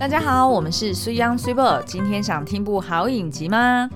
大家好，我们是 s u y a n s u p e 今天想听部好影集吗？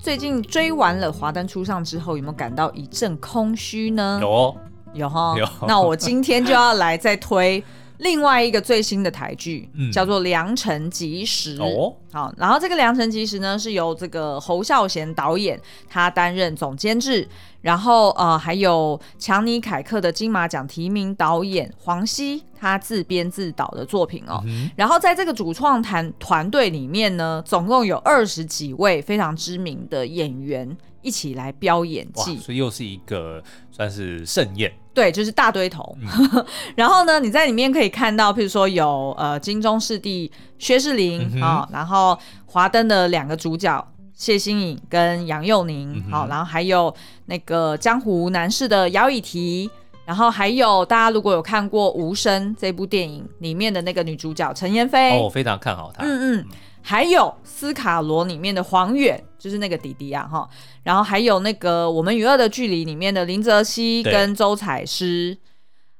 最近追完了《华灯初上》之后，有没有感到一阵空虚呢？有哦有哈有。那我今天就要来再推另外一个最新的台剧，嗯叫做《良辰吉时》。哦，好，然后这个《良辰吉时》呢，是由这个侯孝贤导演他担任总监制，然后呃还有强尼凯克的金马奖提名导演黄西他自编自导的作品哦。嗯然后在这个主创团团队里面呢，总共有二十几位非常知名的演员一起来飙演哇，技，所以又是一个算是盛宴，对，就是大堆头。嗯 然后呢，你在里面可以看到，譬如说有呃金钟视帝薛士林嗯哼啊、然后华灯的两个主角谢欣颖跟杨佑宁嗯，哼好、然后还有那个江湖男士的姚以缇。然后还有，大家如果有看过《无声》这部电影里面的那个女主角陈妍霏，哦，我非常看好他。哎嗯嗯，还有《斯卡罗》里面的黄远，就是那个弟弟啊哈，然后还有那个《我们与恶的距离》里面的林则熙对跟周采诗，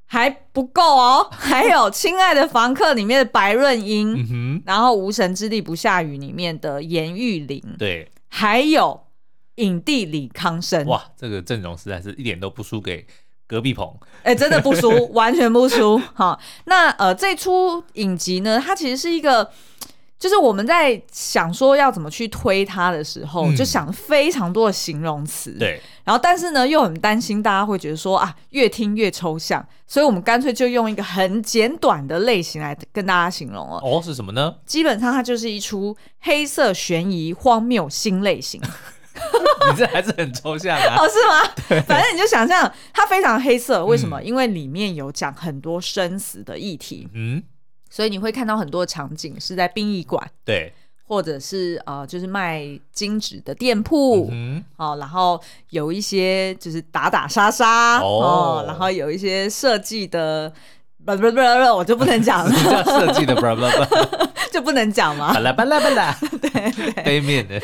还不够哦， 还有《亲爱的房客》里面的白润英，嗯然后《无神之地不下雨》里面的严玉玲，哼，对，还有影帝李康生，哇，这个阵容实在是一点都不输给隔壁棚。哎、真的不输， 完全不输。哈，那呃，这出影集呢，它其实是一个，就是我们在想说要怎么去推它的时候，嗯就想非常多的形容词。。对，然后，但是呢，又很担心大家会觉得说啊，越听越抽象，所以我们干脆就用一个很简短的类型来跟大家形容哦。哦，是什么呢？ 基本上，它就是一出黑色悬疑、荒谬新类 型。你这还是很抽象啊。哦，是吗？反正你就想象它非常黑色，为什么？因为里面有讲很多生死的议题，嗯，所以你会看到很多场景是在殡仪馆，对，或者是呃，就是卖金纸的店铺。嗯，哦，然后有一些就是打打杀杀哦然后有一些设计的，不不不不，我就不能讲了， 这样设计的，巴拉巴拉巴拉就不能讲嘛巴。拉巴拉 巴拉，对，背面的，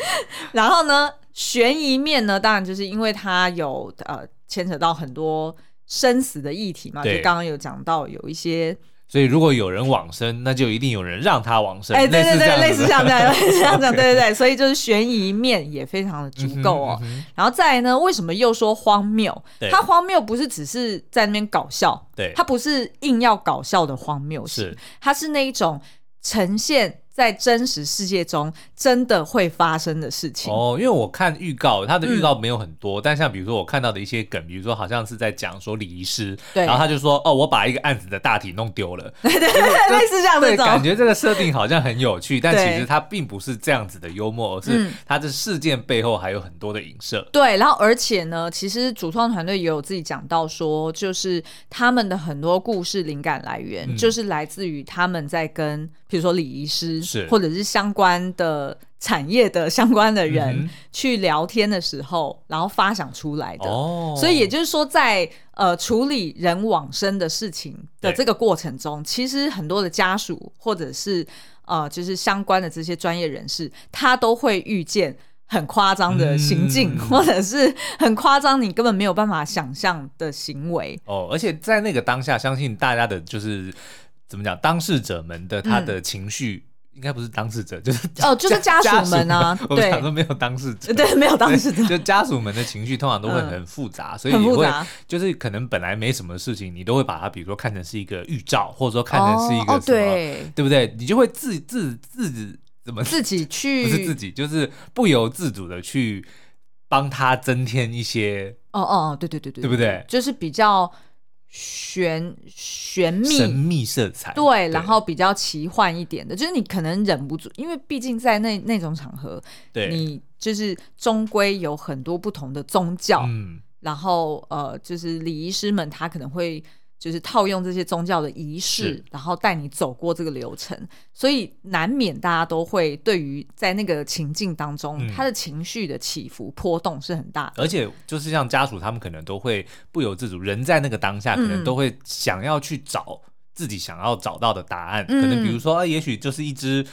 然后呢，悬疑面呢，当然就是因为它有呃牵扯到很多生死的议题嘛，就对刚刚有讲到有一些，所以如果有人往生，那就一定有人让他往生，哎，对对这对，样类似子像这 样，类似像这样，对对对，所以就是悬疑面也非常的足够哦。。嗯哼嗯哼然后再来呢，为什么又说荒谬？对它荒谬不是只是在那边搞笑，对它不是硬要搞笑的荒谬性是，它是那一种呈现在真实世界中真的会发生的事情。嗯哦，因为我看预告，它的预告没有很多，但像比如说我看到的一些梗，比如说好像是在讲说礼仪师，对然后他就说哦，我把一个案子的大体弄丢了，对， 类似像这对，种，感觉这个设定好像很 有趣，但对其实它并不是这样子的幽默，而嗯是它的事件背后还有很多的影射。对，然后而且呢，其实主创团队也有自己讲到说，就是他们的很多故事灵感来源，嗯就是来自于他们在跟，比如说礼仪师，是或者是相关的产业的相关的人、嗯哼去聊天的时候，然后发想出来的。哦，所以也就是说在，呃处理人往生的事情的对这个过程中，其实很多的家属或者是呃就是相关的这些专业人士，他都会遇见很夸张的行径，嗯或者是很夸张你根本没有办法想象的行 为。哦，而且在那个当下，相信大家的就是怎么讲，当事者们的他的情绪。应该不是当事者，就是嗯哦就是家属们啊家属我们对讲说没有当事者，对，没有当事者对，就家属们的情绪通常都会嗯很复杂，所以很你复会杂就是可能本来没什么事情，你都会把它比如说看成是一个预兆，或者说看成是一哦哦个什么，对，对不对？你就会自自自怎 么自己去不是自己，就是不由自主的去帮他增添一些哦哦哦对对对对，对不对就是比较玄玄秘神秘色彩。对，然后比较奇幻一点的，就是你可能忍不住，因为毕竟在那那种场合，对，你就是终归有很多不同的宗教，嗯，然后呃，就是礼仪师们他可能会就是套用这些宗教的仪式是，然后带你走过这个流程，所以难免大家都会对于在那个情境当中，嗯他的情绪的起伏波动是很大的。而且就是像家属，他们可能都会不由自主，人在那个当下，可嗯能都会想要去找自己想要找到的答案。嗯可能比如说，啊，也许就是一只。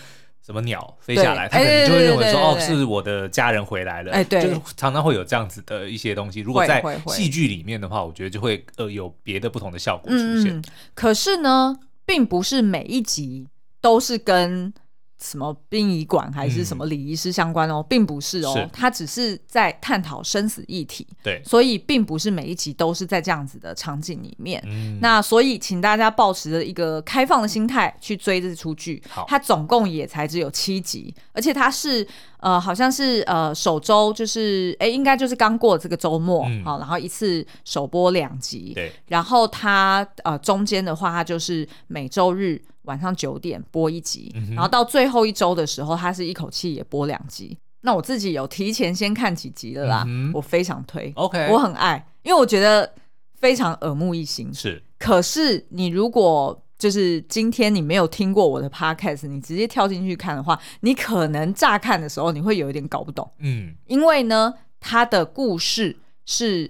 什么鸟飞下来，对他可能就会认为哎对对对说，对哦，对是我的家人回来了。哎对就是常常会有这样子的一些东西。如会果在会会戏剧里面的话，我觉得就会呃有别的不同的效果出嗯现。嗯，可是呢，并不是每一集都是跟什么殡仪馆还是什么礼仪师相关哦，并不是哦嗯是，它只是在探讨生死议题，对，所以并不是每一集都是在这样子的场景里面。嗯，那所以，请大家保持着一个开放的心态去追这出剧好。它总共也才只有七集，而且它是呃，好像是呃首周就是哎、应该就是刚过这个周末好、嗯然后一次首播两集。对，然后它呃中间的话，它就是每周日晚上九点播一集，嗯哼然后到最后一周的时候，它是一口气也播两集。那我自己有提前先看几集了啦，嗯哼我非常推 OK，我很爱，因为我觉得非常耳目一新。是可是你如果就是今天你没有听过我的 podcast，你直接跳进去看的话，你可能乍看的时候你会有一点搞不懂，嗯因为呢，它的故事是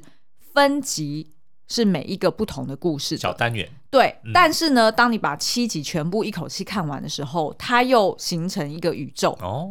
分级，是每一个不同的故事的小单元，对，嗯但是呢，当你把七集全部一口气看完的时候，它又形成一个宇宙，哦，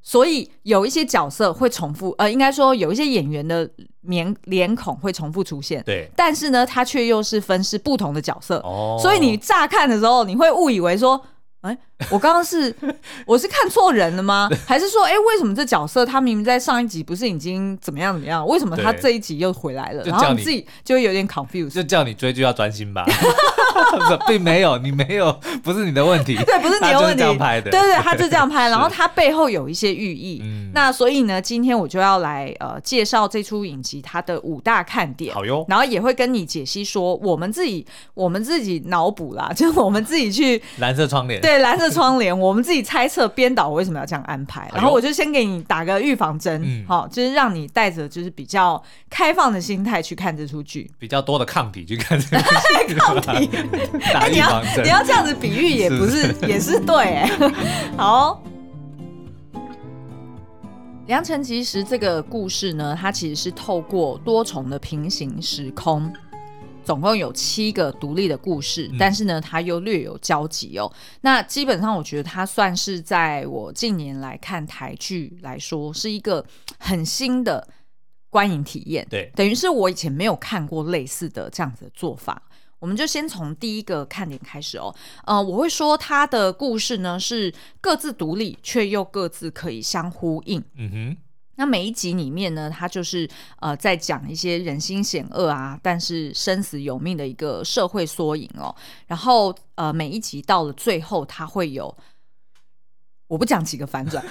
所以有一些角色会重复，呃，应该说有一些演员的脸脸孔会重复出现，对，但是呢，它却又是分饰不同的角色，哦，所以你乍看的时候，你会误以为说。哎，我刚刚是 我是看错人了 吗？还是说，哎，为什么这角色他明明在上一集不是已经怎么样怎么样？为什么他对这一集又回来了？就然后叫你你自己就会有点 confused。就叫你追剧要专心吧， 不并没有，你没有，不是你的问题， 对，不是你他的就是问题这样拍的对对，他就这样 拍，然后是他背后有一些寓意。嗯那所以呢，今天我就要来呃介绍这出影集它的五大看点。好哟，然后也会跟你解析说，我们自己我们自己脑补啦， 就是我们自己去蓝色窗帘，，对蓝色窗帘，我们自己猜测编导为什么要这样安排。哎呦然后我就先给你打个预防针嗯，好、就是让你带着就是比较开放的心态去看这出剧。比较多的抗体去看这个 剧，抗体 打哎你预要防针你，要这样子比喻也不是 也是对哎、好哦、良辰吉时这个故事呢，它其实是透过多重的平行时空，总共有七个独立的故事，嗯但是呢，它又略有交集哦。那基本上，我觉得它算是在我近年来看台剧来说，是一个很新的观影体验。对，等于是我以前没有看过类似的这样子的做法。我们就先从第一个看点开始哦，呃，我会说它的故事呢是各自独立，却又各自可以相呼应。嗯哼，那每一集里面呢，它就是呃在讲一些人心险恶啊，但是生死有命的一个社会缩影哦。然后呃，每一集到了最后，它会有。我不讲几个反转，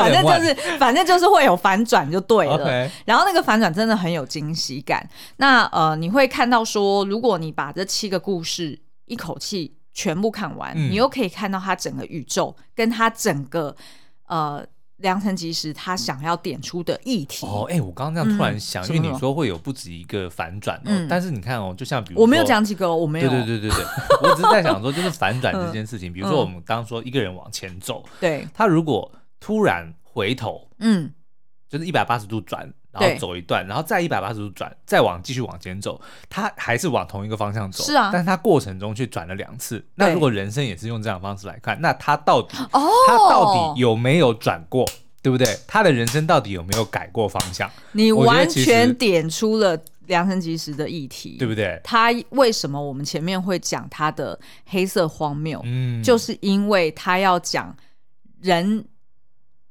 反 than 正 one 就是反正就是会有反转就对了。 OK，然后那个反转真的很有惊喜感。那呃，你会看到说，如果你把这七个故事一口气全部看完，嗯你又可以看到它整个宇宙跟它整个呃良辰吉时他想要点出的议题。哦，哎、我刚刚这样突然想，嗯因什为么你说会有不止一个反转哦，嗯但是你看哦，就像比如我没有说讲几个哦，我没有。嗯对对对对对， 我只是在想说，就是反转这件事情，比如说我们刚刚说一个人往前走，对他如果突然回头，嗯，就是一百八十度转，然后对走一段，然后再一百八十度转，再往继续往前走，他还是往同一个方向走，是啊但是他过程中却转了两次。那对如果人生也是用这样的方式来看，那他到底哦，他到底有没有转过？对不对？他的人生到底有没有改过方向？哦你我觉得完其实全点出了良辰吉时的议题，对不对？对？他为什么我们前面会讲他的黑色荒谬？嗯，就是因为他要讲人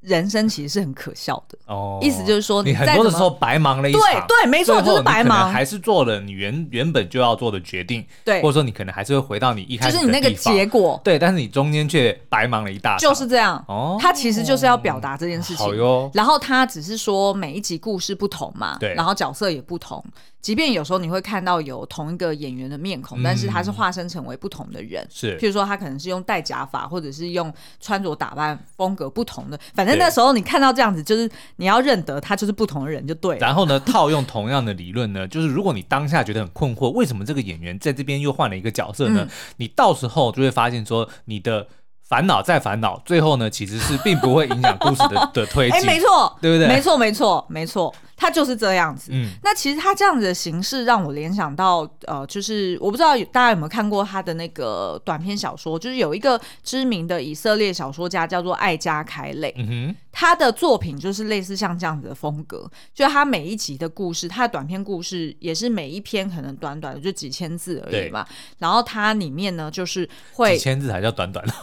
人生其实是很可笑的，哦，意思就是说你很再多怎么的时候白忙了一对场，对，没最错，后就是你白可能忙，还是做了你原原本就要做的决定，对或，者说你可能还是会回到你一开就始是你那个的地方结果对，但是你中间却白忙了一大场，就是这样。哦，他其实就是要表达这件事情好，哟，然后他只是说每一集故事不同嘛，对然后角色也不同。即便有时候你会看到有同一个演员的面孔，嗯但是他是化身成为不同的人。是譬如说，他可能是用戴假发，或者是用穿着打扮风格不同的。反正对那时候你看到这样子，就是你要认得他就是不同的人就对了。然后呢，套用同样的理论呢， 就是如果你当下觉得很困惑，为什么这个演员在这边又换了一个角色呢？嗯你到时候就会发现说，你的烦恼再烦恼，最后呢，其实是并不会影响故事的的推 哎、进，没错，对不对没错，没错，没错，他就是这样子。嗯，那其实他这样子的形式让我联想到，呃，就是我不知道大家有没有看过他的那个短篇小说，就是有一个知名的以色列小说家叫做艾加凯累，嗯他的作品就是类似像这样子的风格，就他每一集的故事，他的短篇故事也是每一篇可能短短的就几千字而已对嘛，然后它里面呢就是哼，会几千字才叫短短的，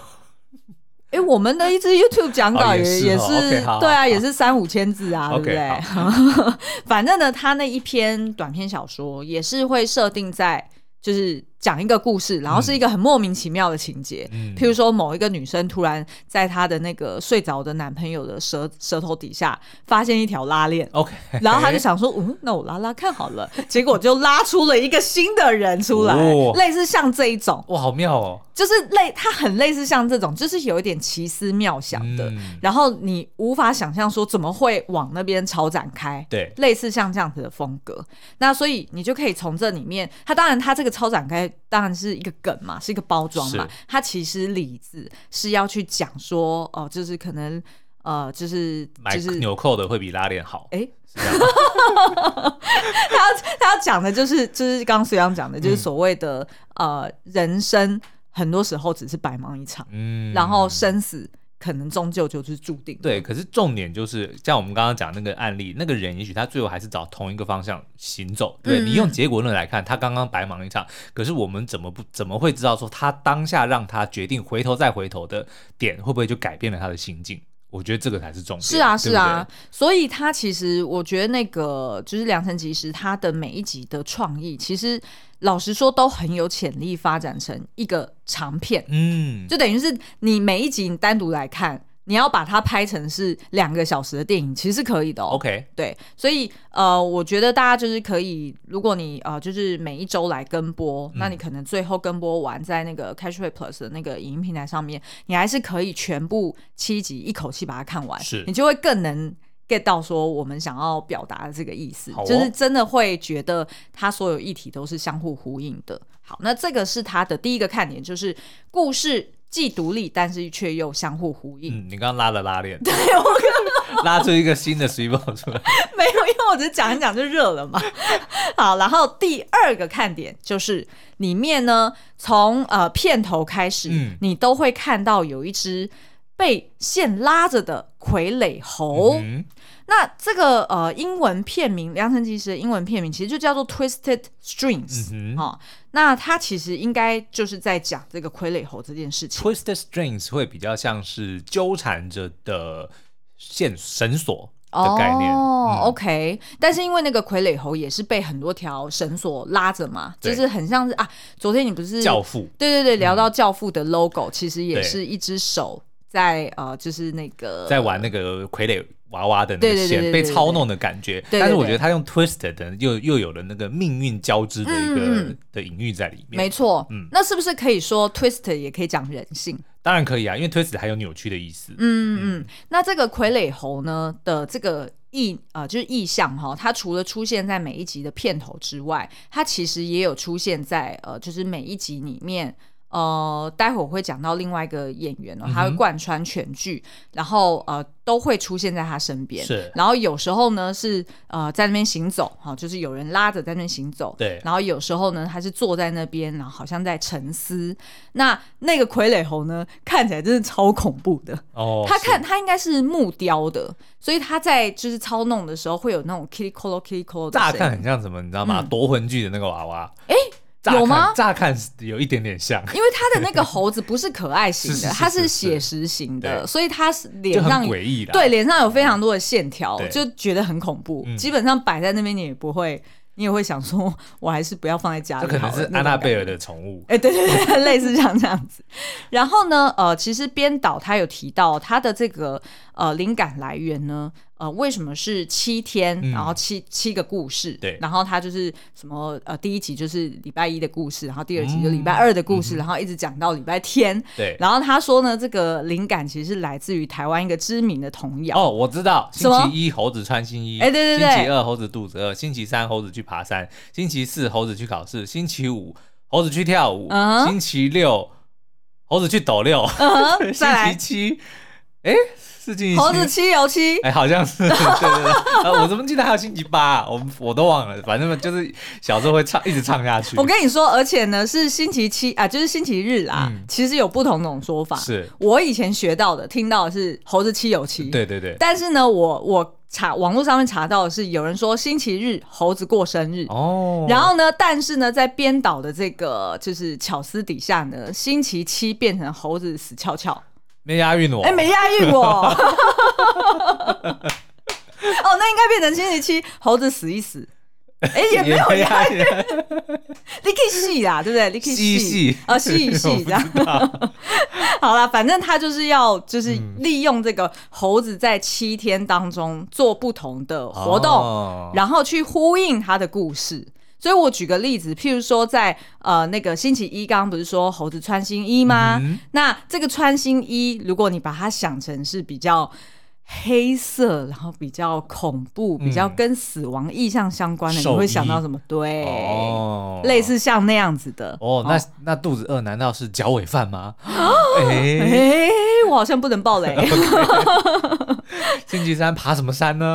哎，我们的一支 YouTube 讲稿 哦也也是哦也 OK，好对啊，好也是三五千字啊，对不 OK，对？ 反正呢，他那一篇短篇小说也是会设定在就是讲一个故事，然后是一个很莫名其妙的情节。嗯譬如说，某一个女生突然在她的那个睡着的男朋友的舌舌头底下发现一条拉链， OK， 哎然后 她就想说，嗯，那我拉拉看好了， 结果就拉出了一个新的人出来，哦类似像这一种，哇，好妙哦，就是类，它很类似像这种，就是有一点奇思妙想的，嗯然后你无法想象说怎么会往那边超展开，对，类似像这样子的风格。那所以你就可以从这里面，它当然它这个超展开当然是一个梗嘛，是一个包装嘛是，它其实理智是要去讲说哦、就是可能呃，就是买就是纽扣的会比拉链好，诶是 这样吗他要讲的就是就是刚刚隋阳讲的，就是所谓的、呃人生，很多时候只是白忙一场，嗯然后生死可能终究就是注定。对，，可是重点就是像我们刚刚讲那个案例，那个人也许他最后还是找同一个方向行走。对嗯你用结果论来看，他刚刚白忙一场，可是我们怎么不怎么会知道说他当下让他决定回头再回头的点会不会就改变了他的心境？我觉得这个才是重点。是啊，对不是啊，所以他其实我觉得那个就是良辰吉时，他的每一集的创意，其实老实说都很有潜力发展成一个长片，对，嗯，就等于是你每一集你单独来看，你要把它拍成是两个小时的电影，其实是可以的哦。 OK，对，所以呃，我觉得大家就是可以，如果你呃，就是每一周来跟播，那嗯你可能最后跟播完，在那个 Catchplay Plus 的那个影音平台上面，你还是可以全部七集一口气把它看完，是你就会更能 get 到说我们想要表达的这个意思，好哦就是真的会觉得它所有议题都是相互呼应的。好，那这个是它的第一个看点，就是故事既独立，但是却又相互呼应。嗯，你刚刚拉了拉链， 对我拉出一个新的水泡 出来。没有，因为我只是讲一讲就热了嘛。 好，然后第二个看点就是里面呢，从呃片头开始，嗯你都会看到有一只被线拉着的傀儡猴。嗯那这个呃英文片名《良辰吉时》的英文片名其实就叫做 Twisted Strings、嗯哼哦，那它其实应该就是在讲这个傀儡猴这件事情。 ，Twisted Strings 会比较像是纠缠着的线绳索的概念。哦、嗯 o k 但是因为那个傀儡猴也是被很多条绳索拉着嘛，就对是很像是啊，昨天你不是教父。嗯对对对，聊到教父的 logo，、其实也对是一只手在呃，就是那个在玩那个傀儡娃娃的那对个对对线对对被对对操弄的感觉，对但是我对觉得他用 twisted 的又又有了那个命运交织的一个、嗯嗯的隐喻在里面没。错，嗯那是不是可以说 twist 也可以讲人性？当然可以啊，因为 twisted 还有扭曲的意思。嗯嗯，那这个傀儡猴呢的这个意呃，就是意象哈，它除了出现在每一集的片头之外，它其实也有出现在呃，就是每一集里面。呃，待会儿我会讲到另外一个演员哦，他会嗯哼贯穿全剧，然后呃都会出现在他身边。是然后有时候呢是呃在那边行走，哈、就是有人拉着在那边行走。对然后有时候呢他是坐在那边，然后好像在沉思。那那个傀儡猴呢，看起来真是超恐怖的。哦，他是看他应该是木雕的，所以他在就是操弄的时候会有那种 kitty colo kitty colo 的乍声看音很像什么，你知道吗？嗯夺魂剧的那个娃娃，诶乍有看吗乍看有一点点像，因为他的那个猴子不是可爱型 是的，是是它是是写实型的，对所以它是就脸很上诡异啦。对脸上有非常多的线条，对就觉得很恐怖。嗯基本上摆在那边你也不会，你也会想说，我还是不要放在家这里。可能是安娜贝尔。的宠物。哎、对 对对，类似像这样子。然后呢，呃，其实编导他有提到他的这个呃灵感来源呢，呃，为什么是七天，嗯然后七七个故事，对然后他就是什么呃，第一集就是礼拜一的故事，然后第二集就礼拜二的故事，然后一直讲到礼拜天。嗯对，然后他说呢，这个灵感其实是来自于台湾一个知名的童谣。哦，我知道，什星么期一猴子穿新衣，哎对对对星期二猴子肚子饿，星期三猴子去爬山，星期四猴子去考试，星期五猴子去跳舞，嗯哼星期六猴子去抖六， 嗯，星再来期，七，哎，是星期猴子七。七油七，哎，好像是，对 对对，啊，我怎么记得还有星期八啊、我我都忘了，反正就是小时候会唱，一直唱下去。我跟你说，而且呢是星期七啊，就是星期日啊，嗯其实有不同种说法。是，我以前学到的、听到的是猴子七有七，。对对对，但是呢，我我查网络上面查到的是有人说星期日猴子过生日。哦，然后呢？但是呢，在编导的这个就是巧思底下呢，星期七变成猴子死翘翘，没押韵我，哎、没押韵我。 哦，那应该变成星期七，猴子死一死。哎、也没有没呀，押韵，你可以戏啦，对不对？你可以细细 啊，戏一戏这样。 好啦，反正他就是要就是嗯利用这个猴子在七天当中做不同的活动，哦然后去呼应他的故事。所以我举个例子，譬如说在呃那个星期一，刚刚不是说猴子穿新衣吗？嗯那这个穿新衣，如果你把它想成是比较黑色，然后比较恐怖，嗯比较跟死亡意象相关的，你兽会医想到什么？对，哦类似像那样子的。哦，那那肚子饿难道是脚尾饭吗？哎， 哎、我好像不能爆 雷。星期三爬什么 山呢？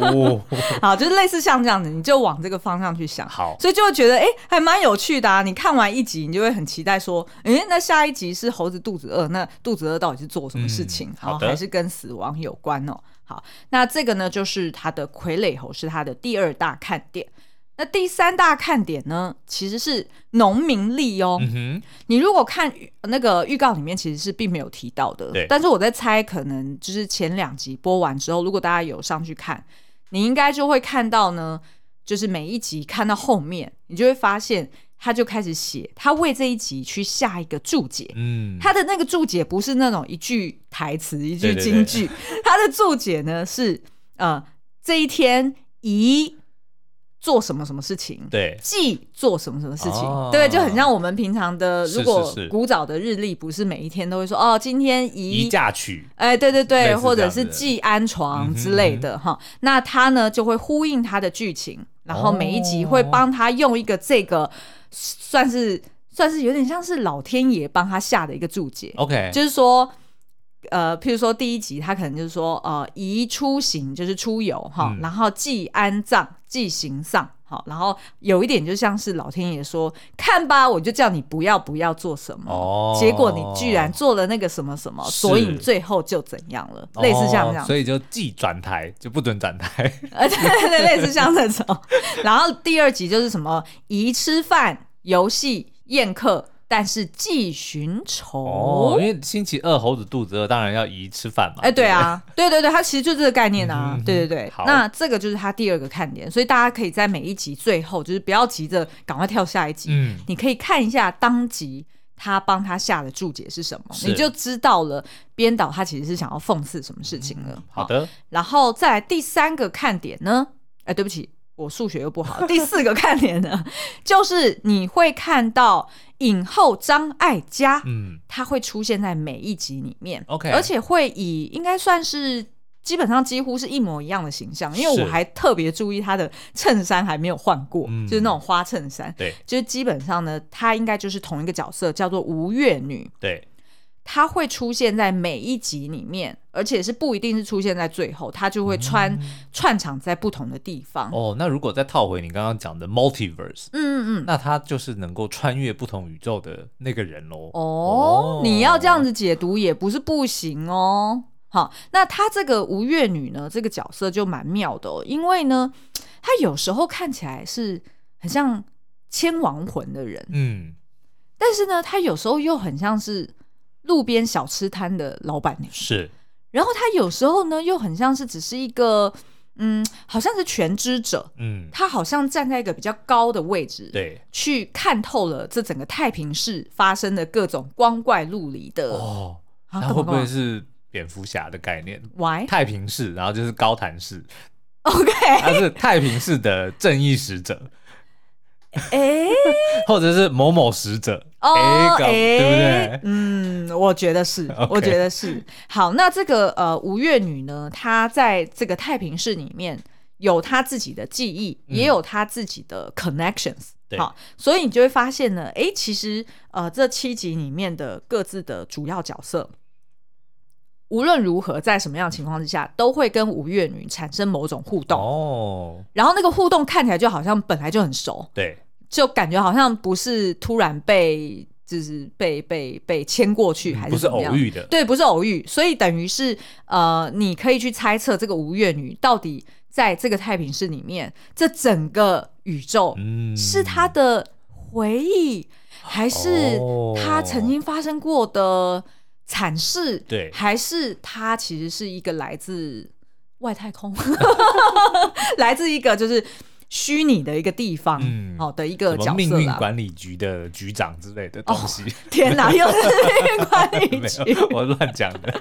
哦，好，就是类似像这样子，你就往这个方向去想。好，所以就会觉得，哎、还蛮有趣的啊！你看完一集，你就会很期待说，哎、那下一集是猴子肚子饿，那肚子饿到底是做什么事情？嗯然后好的还是跟死亡有关哦。好，那这个呢，就是它的傀儡猴是它的第二大看点。那第三大看点呢，其实是农民力哦。嗯你如果看预那个预告里面，其实是并没有提到的对。但是我在猜，可能就是前两集播完之后，如果大家有上去看，你应该就会看到呢，就是每一集看到后面，你就会发现他就开始写，他为这一集去下一个注解哼，。嗯，他的那个注解不是那种一句台词、一句 对对京剧，他的注解呢是呃这一天宜做什么什么事情，对，记做什么什么事情，哦对，就很像我们平常的，是如果是是古早的日历，不是每一天都会说哦，今天移宜。嫁娶，哎，对对类似这对，样子嗯或者是记安床之类的哈、那它呢就会呼应它的剧情，然后每一集会帮他用一个这个，算是算是有点像是老天爷帮他下的一个注解。 OK，就是说，呃，譬如说第一集他可能就是说，呃，宜出行就是出游哈，嗯然后忌安葬，忌行丧。好，然后有一点就像是老天爷说：“看吧，我就叫你不要不要做什么。哦结果你居然做了那个什么什么，所以是你最后就怎样了？类似像这样哦，所以就既转台就不准转台，呃，对 对对，类似像这种。然后第二集就是什么宜吃饭、游戏、宴客，但是忌寻仇。哦，因为星期二猴子肚子饿，当然要移吃饭嘛。哎、对啊，对对对，它其实就这个概念啊，嗯哼对对对。好那这个就是它第二个看点，所以大家可以在每一集最后，就是不要急着赶快跳下一集，对不对，嗯，你可以看一下当集他帮他下的注解是什么，是你就知道了编导他其实是想要讽刺什么事情了。嗯好的，然后再来第三个看点呢，哎、对不起，我数学又不好。第四个看点呢，就是你会看到影后张艾嘉，嗯，它会出现在每一集里面 OK 而且会以应该算是基本上几乎是一模一样的形象，因为是我还特别注意他的衬衫还没有换过，嗯就是那种花衬衫，对就是基本上呢，她应该就是同一个角色，叫做吴月女，对，她会出现在每一集里面，而且是不一定是出现在最后，她就会穿、串场在不同的地方，嗯哦，那如果再套回你刚刚讲的 multiverse，嗯嗯嗯。那他就是能够穿越不同宇宙的那个人喽。哦，你要这样子解读也不是不行哦。好，那她这个吴越女呢，这个角色就蛮妙的哦，因为呢，她有时候看起来是很像千王魂的人，嗯，但是呢，她有时候又很像是路边小吃摊的老板娘，是然后她有时候呢，又很像是只是一个，嗯，好像是全知者，嗯，她好像站在一个比较高的位置，对，去看透了这整个太平市发生的各种光怪陆离的。哦，啊，那干嘛会不干会嘛是蝙蝠侠的概念？ ？Why？太平式，然后就是高谭市， OK，他是太平式的正义使者，哎、 或者是某某使者，哦，哎哎、搞对不对？嗯，我觉得是 OK 我觉得是。好，那这个呃吴越女呢，她在这个太平市里面有她自己的记忆，嗯也有她自己的 connections。对好，所以你就会发现呢，哎、其实呃这七集里面的各自的主要角色。无论如何，在什么样的情况之下，都会跟吴越女产生某种互动，哦，然后那个互动看起来就好像本来就很熟，对，就感觉好像不是突然被就是被被被牵过去，还嗯是不是怎么偶样？遇的，对，不是偶遇，所以等于是呃，你可以去猜测这个吴越女到底在这个太平市里面，这整个宇宙、嗯，是她的回忆，还是哦她曾经发生过的阐释，对还是他其实是一个来自外太空， 来自一个就是虚拟的一个地方，嗯好、的一什个么角命色运啦。哦管理局的局长之类的东西。天哪，又是命运管理 没局。有，我乱讲 的。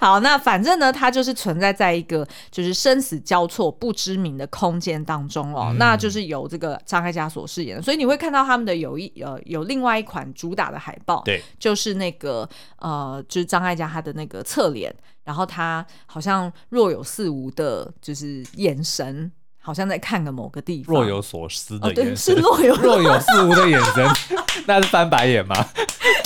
好，那反正呢，它就是存在在一个就是生死交错、不知名的空间当中哦。嗯那就是由这个张艾嘉所饰演的，所以你会看到他们的有一呃有另外一款主打的海报，对，就是那个呃，就是张艾嘉她的那个侧脸，然后她好像若有似无的，就是眼神，好像在看个某个地方。若有所思哦，的对，眼是神，若有，若有似无的眼神， 那是翻白眼吗？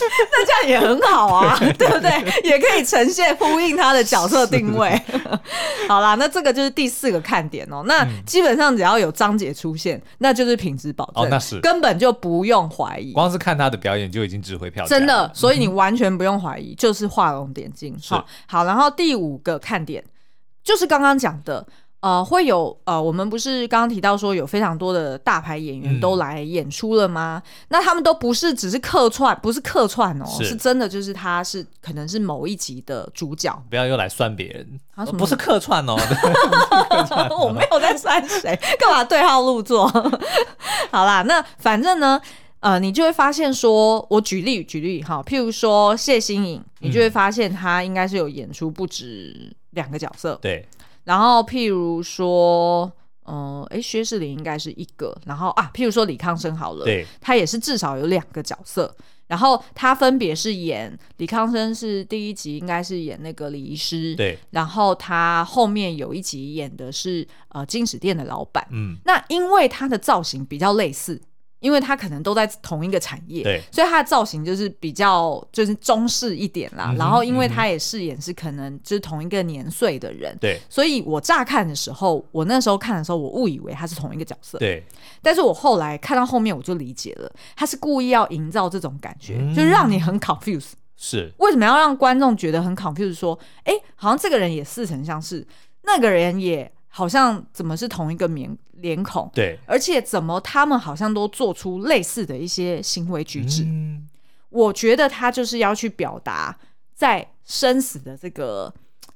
那这样也很好 啊，对不对？也可以呈现呼应他的角色定位。好啦，那这个就是第四个看点哦。嗯那基本上只要有张姐出现，那就是品质保证，哦那是哦根本就不用怀疑。光是看他的表演就已经值回票价，真的，所以你完全不用怀疑，就是画龙点睛。嗯是好，好，然后第五个看点就是刚刚讲的，呃，会有呃，我们不是刚刚提到说有非常多的大牌演员嗯都来演出了吗？那他们都不是只是客串，不是客串哦，是是真的，就是他是可能是某一集的主角。不要又来算别人，啊什么不是客串哦。 我没有在删谁，干嘛对号入座？ 好啦，那反正呢，呃，你就会发现说，我举例举例哈，譬如说谢欣颖，你就会发现她应该是有演出不止两个角色， 对，然后譬如说。嗯，诶，薛仕凌应该是一个，然后啊，譬如说李康生好了，对，他也是至少有两个角色，然后他分别是演李康生是第一集应该是演那个李医师，对，然后他后面有一集演的是呃金石店的老板。嗯，那因为他的造型比较类似，因为他可能都在同一个产业，对，所以他的造型就是比较就是中式一点啦。嗯哼然后因为他也饰演是可能就是同一个年岁的人，对，所以我乍看的时候，我那时候看的时候，我误以为他是同一个角色，对，但是我后来看到后面我就理解了，他是故意要营造这种感觉，嗯就让你很 confuse。是，为什么要让观众觉得很 confused？说，哎、好像这个人也似曾相识，那个人也好像怎么是同一个面脸孔，对，而且怎么他们好像都做出类似的一些行为举止？嗯我觉得他就是要去表达，在生死的这个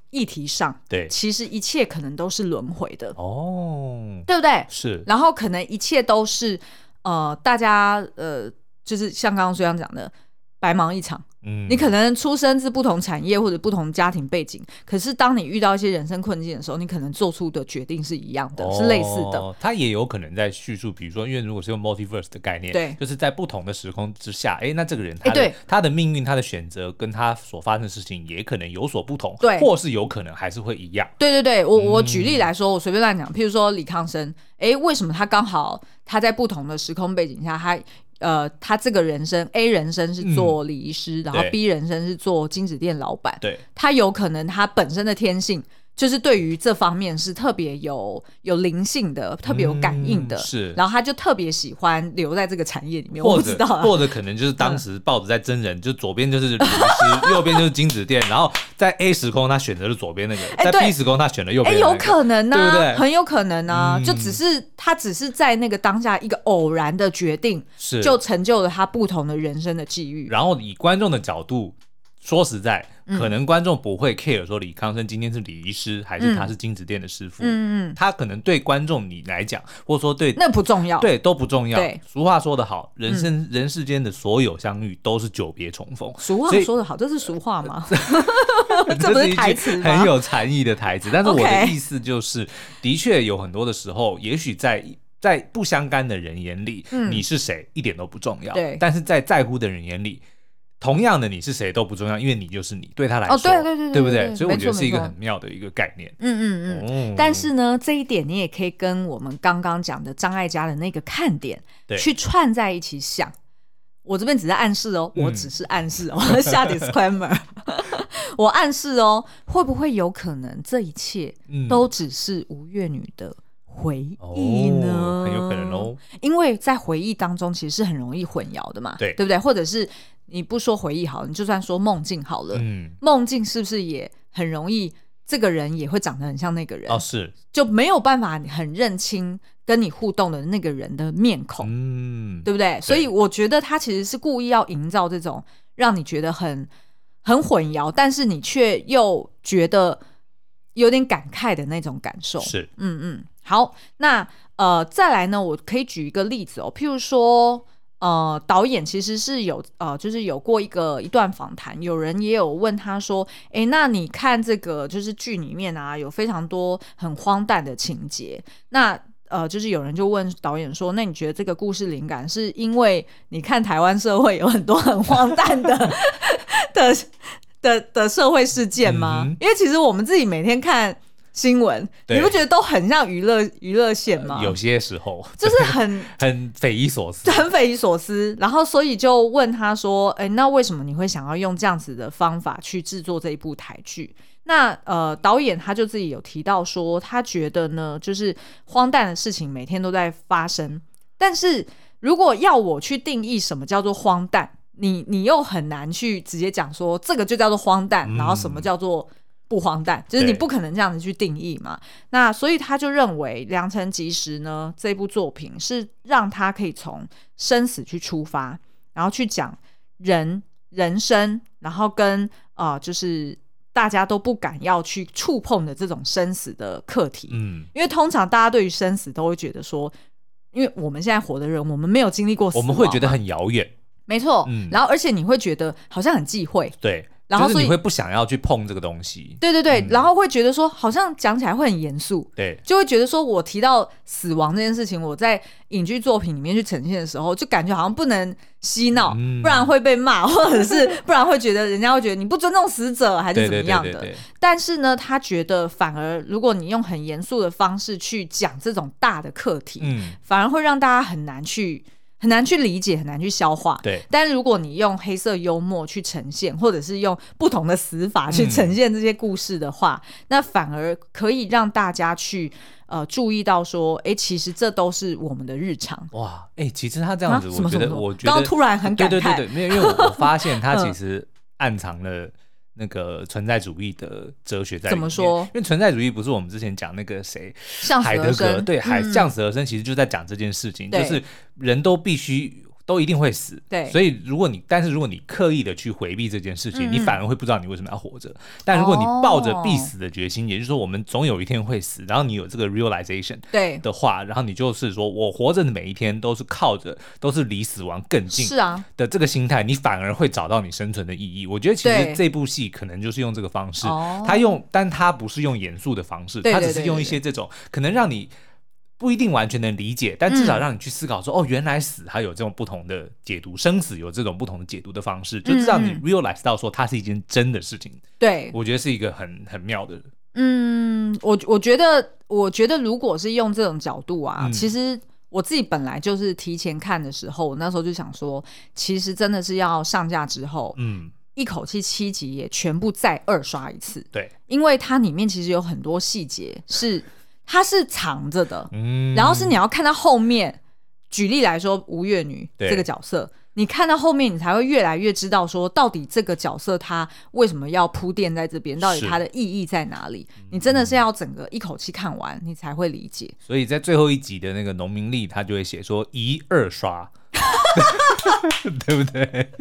议题上，对，其实一切可能都是轮回的，哦，对不对？是，然后可能一切都是呃，大家呃，就是像刚刚虽然讲的，白忙一场。嗯，你可能出身自不同产业或者不同家庭背景，可是当你遇到一些人生困境的时候，你可能做出的决定是一样的，是类似的。哦，它也有可能在叙述，比如说，因为如果是用 multiverse 的概念，对就是在不同的时空之下，哎，那这个人他的、对他的命运、他的选择跟他所发生的事情也可能有所不同，对或是有可能还是会一样，对对对，嗯我我举例来说，我随便乱讲，譬如说李康生，诶，为什么他刚好他在不同的时空背景下，他呃，他这个人生 A 人生是做礼仪师，然后嗯对 B 人生是做金子店老板，对，他有可能他本身的天性就是对于这方面是特别有有灵性的，特别有感应的，嗯是然后他就特别喜欢留在这个产业里面，我或不者知道啊。或者可能就是当时报纸在真人，就左边就是律师， 右边就是金子店，然后在 A 时空他选择了左边那哎个，在对 B 时空他选了右哎、边、那个，有可能呢、对不对很有可能呢、啊嗯就只是他只是在那个当下一个偶然的决定，是就成就了他不同的人生的际遇。然后以观众的角度，说实在，嗯可能观众不会 care 说李康生今天是礼仪师还是他是金子店的师傅，嗯嗯，他可能对观众你来讲，或者说对那不重要。对都不重要对。嗯俗话说得好，人生、人世间的所有相遇都是久别重逢。俗话所以说得好，这是俗话 吗？ 这这不是是一句台词吗？很有禅意的台词。但是我 OK 的意思就是，的确有很多的时候，也许在。在不相干的人眼里，嗯你是谁一点都不重要。对但是在在乎的人眼里，同样的你是谁都不重要，因为你就是你，对他来说，哦对对对对对不对所以我觉没得错是一个没错很妙的一个概念。嗯嗯嗯。嗯但是呢，这一点你也可以跟我们刚刚讲的张艾嘉的那个看点对去串在一起想。我这边只是暗示哦，嗯我只是暗示哦， 下 disclaimer，我暗示哦，会不会有可能这一切嗯都只是吴越女的回忆呢？哦很有可能哦。因为在回忆当中其实是很容易混淆的嘛，对对不对？或者是你不说回忆好了，你就算说梦境好了，嗯，梦境是不是也很容易？这个人也会长得很像那个人哦是，就没有办法很认清跟你互动的那个人的面孔，嗯，对不对？所以我觉得他其实是故意要营造这种让你觉得很很混淆，但是你却又觉得有点感慨的那种感受。是嗯嗯，好，那呃，再来呢，我可以举一个例子哦，譬如说，呃，导演其实是有呃，就是有过一个一段访谈，有人也有问他说，诶，那你看这个就是剧里面啊，有非常多很荒诞的情节，那。呃，就是有人就问导演说：“那你觉得这个故事灵感是因为你看台湾社会有很多很荒诞的 的的的社会事件吗？嗯哼因为其实我们自己每天看新闻，对你不觉得都很像娱乐娱乐线吗？有些时候就是很 很匪夷所思。很匪夷所思。然后，所以就问他说：“哎、那为什么你会想要用这样子的方法去制作这一部台剧？”那呃，导演他就自己有提到说，他觉得呢，就是荒诞的事情每天都在发生，但是如果要我去定义什么叫做荒诞，你你又很难去直接讲说这个就叫做荒诞，嗯然后什么叫做不荒诞，就是你对不可能这样子去定义嘛。那所以他就认为《良辰吉时》呢这部作品是让他可以从生死去出发，然后去讲人人生，然后跟呃就是大家都不敢要去触碰的这种生死的课题。嗯，因为通常大家对于生死都会觉得说，因为我们现在活的人，我们没有经历过死我亡嘛，们会觉得很遥远，没错，嗯然后而且你会觉得好像很忌讳，对，然后就是所以你会不想要去碰这个东西，对对对，嗯然后会觉得说好像讲起来会很严肃。对，就会觉得说，我提到死亡这件事情，我在影剧作品里面去呈现的时候，就感觉好像不能嬉闹，嗯不然会被骂，或者 是不然会觉得人家会觉得你不尊重死者，还是对怎么对样对的。对对，但是呢，他觉得反而如果你用很严肃的方式去讲这种大的课题，嗯，反而会让大家很难去很难去理解，很难去消化。对，但如果你用黑色幽默去呈现，或者是用不同的死法嗯去呈现这些故事的话，那反而可以让大家去呃注意到说，诶，其实这都是我们的日常。哇，哎，其实他这样子，啊什么我什觉得，么我觉得刚刚突然很感慨对对对对，没有，因为我我发现他嗯其实暗藏了。那个存在主义的哲学在怎里么面说因为存在主义不是我们之前讲那个谁向死海德而格生，对海哦嗯向死而生，其实就在讲这件事情，就对是人都必须都一定会死，对所以如果你但是如果你刻意的去回避这件事情，嗯你嗯反而会不知道你为什么要活着。但如果你抱着必哦死的决心，也就是说我们总有一天会死，然后你有这个 realization 对，的话，然后你就是说我活着的每一天都是靠着都是离死亡更近是啊，的这个心态，你反而会找到你生存的意义。我觉得其实对这部戏可能就是用这个方式，哦他用，但他不是用严肃的方式，对他对只是对用一对些这种可能让你。不一定完全能理解，但至少让你去思考说，嗯哦，原来死还有这种不同的解读，生死有这种不同的解读的方式，就至少你嗯嗯 realize 到说它是一件真的事情，对，我觉得是一个很很妙的，嗯，我我觉得，我觉得如果是用这种角度啊，嗯其实我自己本来就是提前看的时候，我那时候就想说，其实真的是要上架之后，嗯，一口气七集也全部再二刷一次，对，因为它里面其实有很多细节是它是藏着的，嗯，然后是你要看到后面。举例来说，吴越女对这个角色，你看到后面，你才会越来越知道说，到底这个角色她为什么要铺垫在这边，到底是它的意义在哪里？你真的是要整个一口气看完，你才会理解。所以在最后一集的那个农民历，他就会写说一 二刷， 对不对？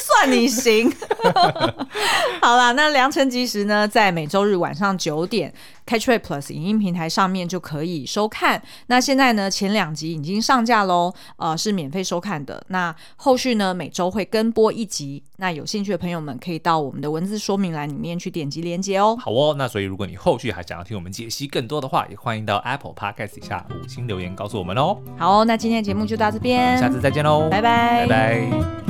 算你行。 好啦，那《良辰吉时》呢，在每周日晚上九点，Catchplay Plus 影音平台上面就可以收看。那现在呢，前两集已经上架喽，呃，是免费收看的。那后续呢，每周会跟播一集。那有兴趣的朋友们，可以到我们的文字说明栏里面去点击连接哦。好哦，那所以如果你后续还想要听我们解析更多的话，也欢迎到 Apple Podcast 底下五星留言告诉我们哦。好哦那今天的节目就到这我边们，下次再见喽，拜拜拜拜